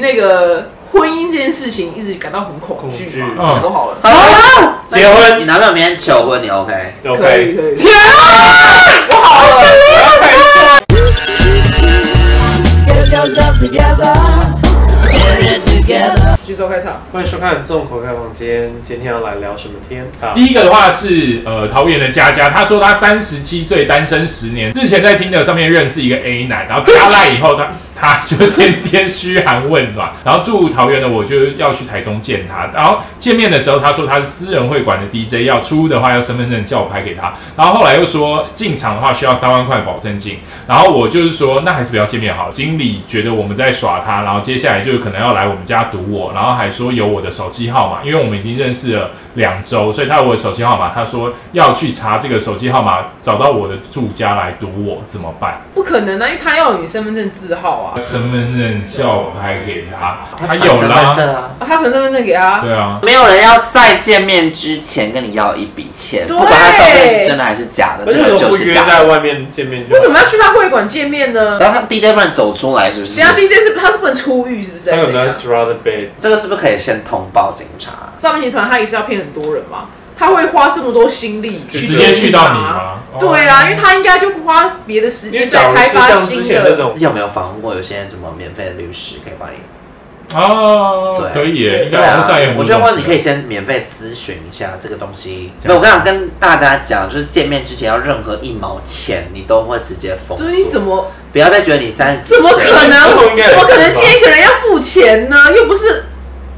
那个婚姻这件事情一直感到很恐惧嘛，恐惧讲都嗯好了，好了，结婚你男朋友明天求婚，你 OK？可以 OK，可以，天啊！我好了，举手开场，欢迎收看《众口开房间》，今天要来聊什么天啊？第一个的话是呃桃园的佳佳，她说她三十七岁单身十年，日前在听的上面认识一个 A 男，然后加赖以后他。 他就天天嘘寒问暖，然后住桃园的我就要去台中见他，然后见面的时候他说他是私人会馆的 DJ，要出的话要身份证叫我拍给他，然后后来又说进场的话需要三万块保证金，然后我就是说那还是不要见面好，经理觉得我们在耍他，然后接下来就可能要来我们家堵我，然后还说有我的手机号码，因为我们已经认识了两周，所以他有我的手机号码，他说要去查这个手机号码，找到我的住家来堵我，怎么办？不可能啊，因为他要有你身份证字号啊，身份证叫我拍给他，他传有身份啦，证啊，啊他存身份证给他，对啊，没有人要在见面之前跟你要一笔钱，对不管他照片是真的还是假的，而这且个我就不是约假的。在外面见面就为什么要去他会馆见面呢？然后他 DJ 不能走出来，是不是人？家 DJ 是他是不能出狱，是不是？哎还他是有没怎有样 draw the bed？这个是不是可以先通报警察？诈骗集团他也是要骗很多人嘛，他会花这么多心力就去直接去到你吗？吗？对啊，因为他应该就花别的时哦因为间假在如开是发像之新前那的。种之，前有没有访问过有些什么免费的律师可以帮你？哦对，可以耶，应该对网啊络上也有，很我多觉得东或者西你可以先免费咨询一下这个东西。这样没有，我想跟大家讲，就是见面之前要任何一毛钱，你都会直接封锁。对，你怎么不要再觉得你三十几怎么岁可能？这个应该也是怎么可能见一个人要付钱呢？又不是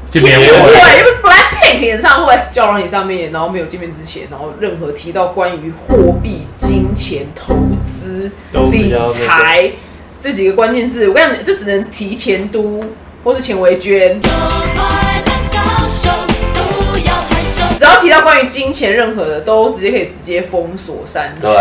见面约会会，又不是 Blackpink 演唱会，交往你上面，然后没有见面之前，然后任何提到关于货币、金钱、投资、都比理较那个财这几个关键字，我跟你讲，就只能提前都或是钱为捐。只要提到关于金钱任何的，都直接可以直接封锁删除。对，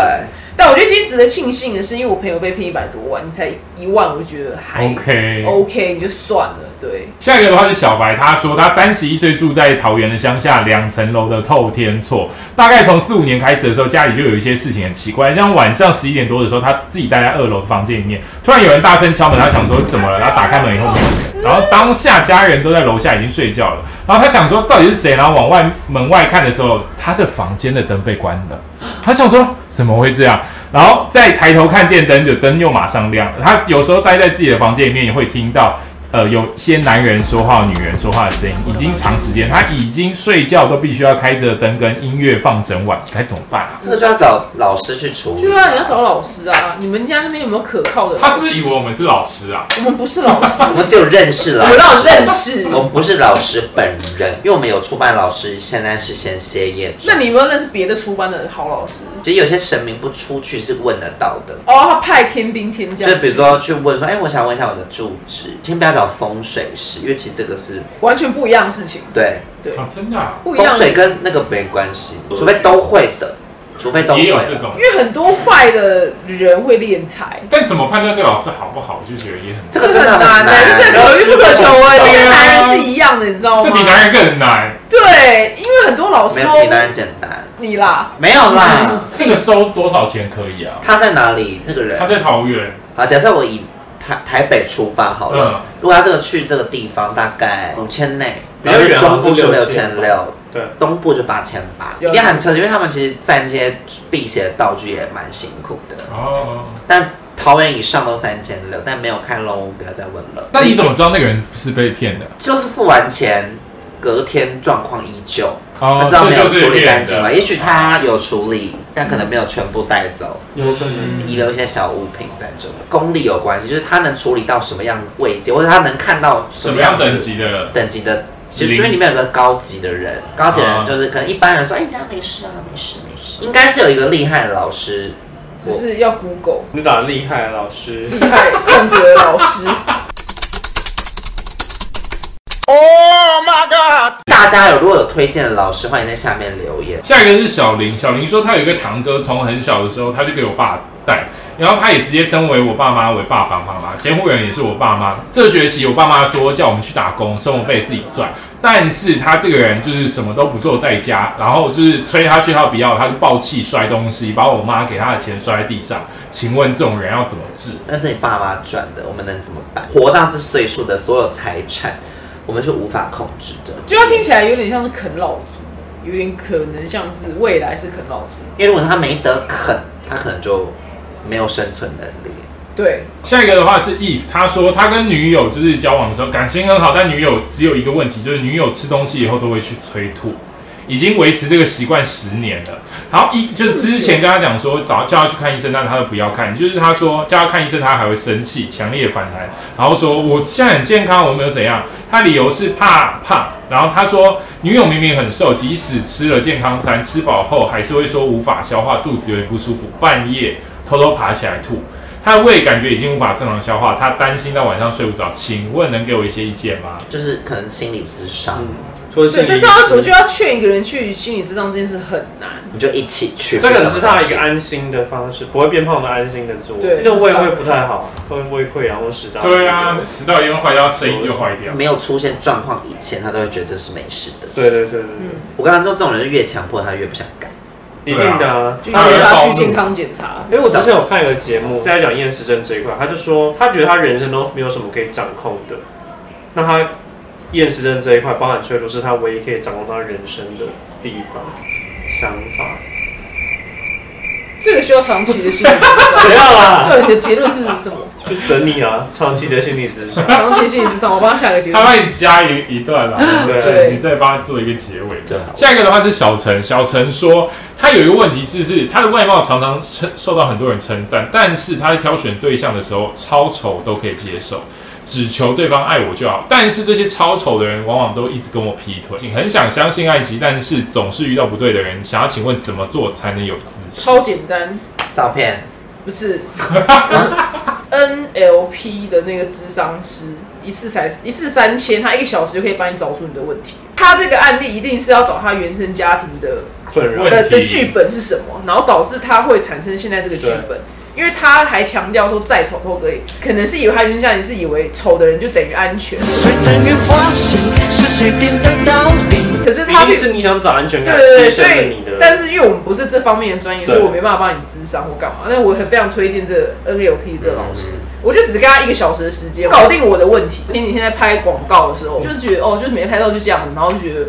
但我觉得今天值得庆幸的是，因为我朋友被骗一百多万，你才一万，我就觉得还 OK OK，你就算了。对，下一个的话是小白，他说他三十一岁，住在桃园的乡下两层楼的透天厝。大概从四五年开始的时候，家里就有一些事情很奇怪，像晚上十一点多的时候，他自己待在二楼的房间里面，突然有人大声敲门，他想说怎么了？然后打开门以后没有人，然后当下家人都在楼下已经睡觉了，然后他想说到底是谁？然后往外门外看的时候，他的房间的灯被关了，他想说怎么会这样？然后再抬头看电灯，就灯又马上亮了。他有时候待在自己的房间里面，也会听到呃有些男人说话、女人说话的声音，已经长时间，他已经睡觉都必须要开着灯跟音乐放整晚，该怎么办啊？这个就要找老师去处理。对啊，你要找老师啊。你们家那边有没有可靠的？他是不是以为我们是老师啊？我们不是老师，我们只有认识老我师，让认识。我们不是老师本人，因为我们有出版老师，现在是先歇业中 那。你有没有认识别的出班的好老师？其实有些神明不出去是问得到的，哦，他派天兵天将，就比如说去问说，哎、我想问一下我的住址，先不要找风水师，因为其实这个是完全不一样的事情，对对，啊，真的、啊、不一风样的水跟那个没关系，除非都会的，除非都会也有这的。种因，为很多坏的人会敛财，但怎么判断这个老师好不好，我就觉得也很，这个真的很很难，啊这难，啊个可遇不可求哎，这对跟啊男人是一样的，你知道这吗比？男人更难。对，因为很多老师没都有比男人简单，你啦，没有啦。这个收多少钱可以啊？他在哪里？这个人他在桃园，好，假设我以台台北出发好嗯了，如果他这个去这个地方大概五千内，比较然后远是啊中部是是六6000千哦六，对，东部就八千八，一有定要很车，因为他们其实在那些辟邪的道具也蛮辛苦的。哦，但桃园以上都三千六，但没有看喽，不要再问了。那你怎么知道那个人是被骗的？就是付完钱，隔天状况依旧，哦不知道没有这就是处理干骗净的吗？也许他有处理，但可能没有全部带走。有可能。遗留一些小物品在这里，功力有关系，就是他能处理到什么样子位阶，或者他能看到什什么么样样子等级的？等级的。其实，零所以里面有个高级的人，高级的人啊就是可能一般人说，哎、你这样没事啊，没事没事，应该是有一个厉害的老师。只是要 Google 你打厉害老师，厉害空格老 师，Oh 我大家有如果有推荐的老师，欢迎在下面留言。下一个是小林，小林说他有一个堂哥，从很小的时候他就给我爸带，然后他也直接称为我爸妈为爸爸妈妈，监护人也是我爸妈。这学期我爸妈说叫我们去打工，生活费自己赚，但是他这个人就是什么都不做，在家，然后就是催他去他不要，他就暴气摔东西，把我妈给他的钱摔在地上。请问这种人要怎么治？那是你爸妈赚的，我们能怎么办？活到这岁数的所有财产，我们是无法控制的。就要听起来有点像是啃老族，有点可能像是未来是啃老族。因为如果他没得啃，他可能就没有生存能力。对，下一个的话是 Eve，他说他跟女友就是交往的时候感情很好，但女友只有一个问题，就是女友吃东西以后都会去催吐，已经维持这个习惯十年了。然后医就之前跟他讲说找叫他去看医生，但他都不要看，就是他说叫他看医生，他还会生气，强烈反弹，然后说我现在很健康，我没有怎样。他理由是怕胖，然后他说女友明明很瘦，即使吃了健康餐，吃饱后还是会说无法消化，肚子有点不舒服，半夜偷偷爬起来吐。他的胃感觉已经无法正常消化，他担心到晚上睡不着。请问能给我一些意见吗？就是可能心理咨商，嗯，除了对心理，，但是要我觉得要劝一个人去心理智障这件事很难。你就一起去。这个只是他一个什么东西安心的方式，不会变胖的安心的做。对这胃会不太好，会胃溃疡或食道。对啊，食道炎坏掉，声音就坏掉。没有出现状况以前，他都会觉得这是没事的。对对对对嗯，我跟他说，这种人就越强迫他越不想改。对，一定的啊。就约他去健康检查。因为哎我之前有看一个节目，在讲厌食症这一块，他就说他觉得他人生都没有什么可以掌控的，那他厌食症这一块，包含催吐是他唯一可以掌控他人生的地方想法。这个需要长期的心理咨商。不要啦，对，你啊的结论是什么？就等你啊，长期的心理 咨询。长期心理咨商，我帮他下个结他论。帮你加一一段 啦，对对，你再帮他做一个结尾。最好下一个的话是小陈，小陈说他有一个问题是，是他的外貌常常称受到很多人称赞，但是他在挑选对象的时候超丑都可以接受，只求对方爱我就好。但是这些超丑的人往往都一直跟我劈腿，很想相信爱情，但是总是遇到不对的人。想要请问怎么做才能有自信？超简单，照片不是 NLP 的那个智商师，一次才一次三千，他一个小时就可以帮你找出你的问题。他这个案例一定是要找他原生家庭的困扰问。的呃的题剧本是什么，然后导致他会产生现在这个剧本。因为他还强调说，再丑都可以，可能是以为他原生家庭是以为丑的人就等于安全，谁等于花心？是谁定的道理？可是一他定是你想找安全对感，对对，提所升了你以的。但是因为我们不是这方面的专业，对所以我没办法帮你咨商或干嘛。但我很非常推荐这个 NLP 这个老嗯师，我就只是给他一个小时的时间，搞定我的问题。前几天在拍广告的时候，就是觉得哦，就是每天拍照就这样，然后就觉得。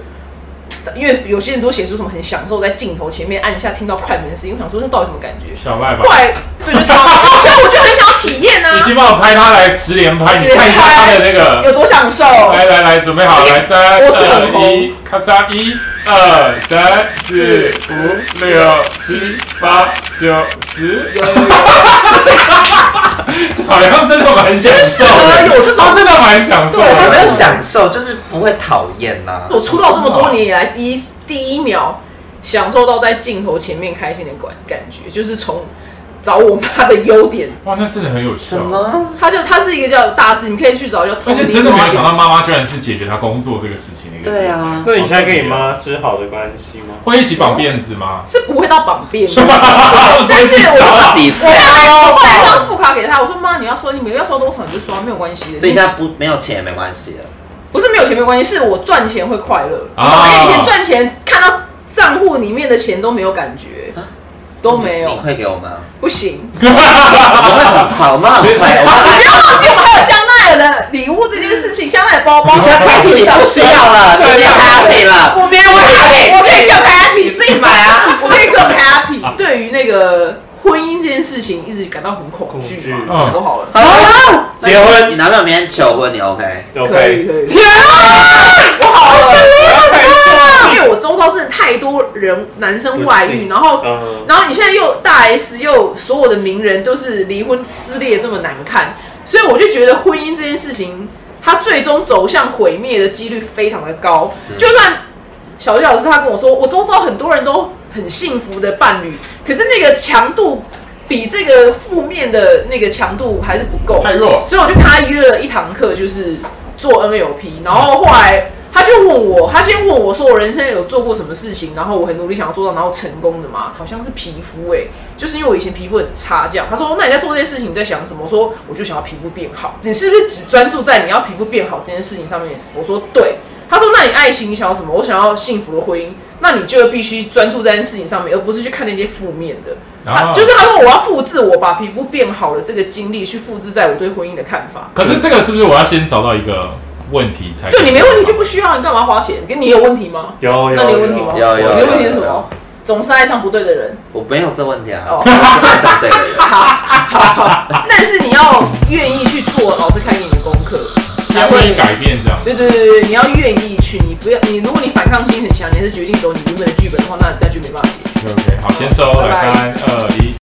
因为有些人都写出什么很享受在镜头前面按一下听到快门的声音，我想说那到底什么感觉？小赖吧后，来对，就他，所以我就很想要体验你啊，先帮我拍他来十连拍，你十连拍看一下他的那个。有多享受？来来来，准备好，来三哎我是二很一，咔嚓！一二三四嗯五六七八九十，好像真的蛮享受真的的有这，种他真的蛮享受对他有没的们。有享受，就是不会讨厌啊呐。我出道这么多年以来，啊第一第一秒享受到在镜头前面开心的感感觉，就是从找我妈的优点。哇，那真的很有效什。么？他就他是一个叫大师，你可以去找叫而 Tony 且真的没有想到 Robbins 妈妈居然是解决他工作这个事情的一个。对啊，那你现在跟你妈是好的关系吗？会一起绑辫子吗？是不会到绑辫子，但 但是我好 几次我。啊要我买张副卡给他，我说妈，你要说你每个月要收多少你就刷，没有关系的。所以现在不没有钱也没关系啊了。不是没有钱没关系，是我赚钱会快乐。啊我以前赚钱看到账户里面的钱都没有感觉，都没有你，会给我吗？不行。我们很 快，我们很快。我们不要忘记我们还有香奈儿的礼物这件事情，香奈儿包包。你现在开始你不需要了，直接 happy 了。我没有，我可以，我可以更 happy，自己买啊，我可以更 happy。对于那个婚姻这件事情，一直感到很恐惧嘛，恐惧讲都好了。好了，结婚你男朋友明天求婚，你 OK？可以 OK，可以，天啊，我好因为我周遭真的太多人男生外不遇，信然后嗯，然后你现在又大 S 又所有的名人都是离婚撕裂这么难看，所以我就觉得婚姻这件事情，它最终走向毁灭的几率非常的高。嗯就算小杰老师他跟我说，我周遭很多人都很幸福的伴侣，可是那个强度比这个负面的那个强度还是不够，太弱所以我就跟他约了一堂课，就是做 NLP，然后后来他就问我，他先问我说我人生有做过什么事情，然后我很努力想要做到，然后成功的嘛，好像是皮肤哎、就是因为我以前皮肤很差这样。他说那你在做这些事情你在想什么？我说我就想要皮肤变好。你是不是只专注在你要皮肤变好这件事情上面？我说对。他说：“那你爱情想要什么？我想要幸福的婚姻，那你就必须专注在这件事情上面，而不是去看那些负面的。啊啊，就是他说我要复制我把皮肤变好的这个经历，去复制在我对婚姻的看法。可是这个是不是我要先找到一个问题才？对你没问题就不需要，你干嘛花钱？跟你有问题吗？有有那你有问题吗？有有有你的问题是什有有么？总是爱上不对的人。 我没有这问题啊，哦我是爱上对的人。但是你要愿意去做老师开给你的功课，才要愿会意。改变这样。对对对对，你要愿意去，你不要你，如果你反抗心很强，你还是决定走你原本的剧本的话，那那就没办法解决。 OK，好，先收，来拜拜三二一。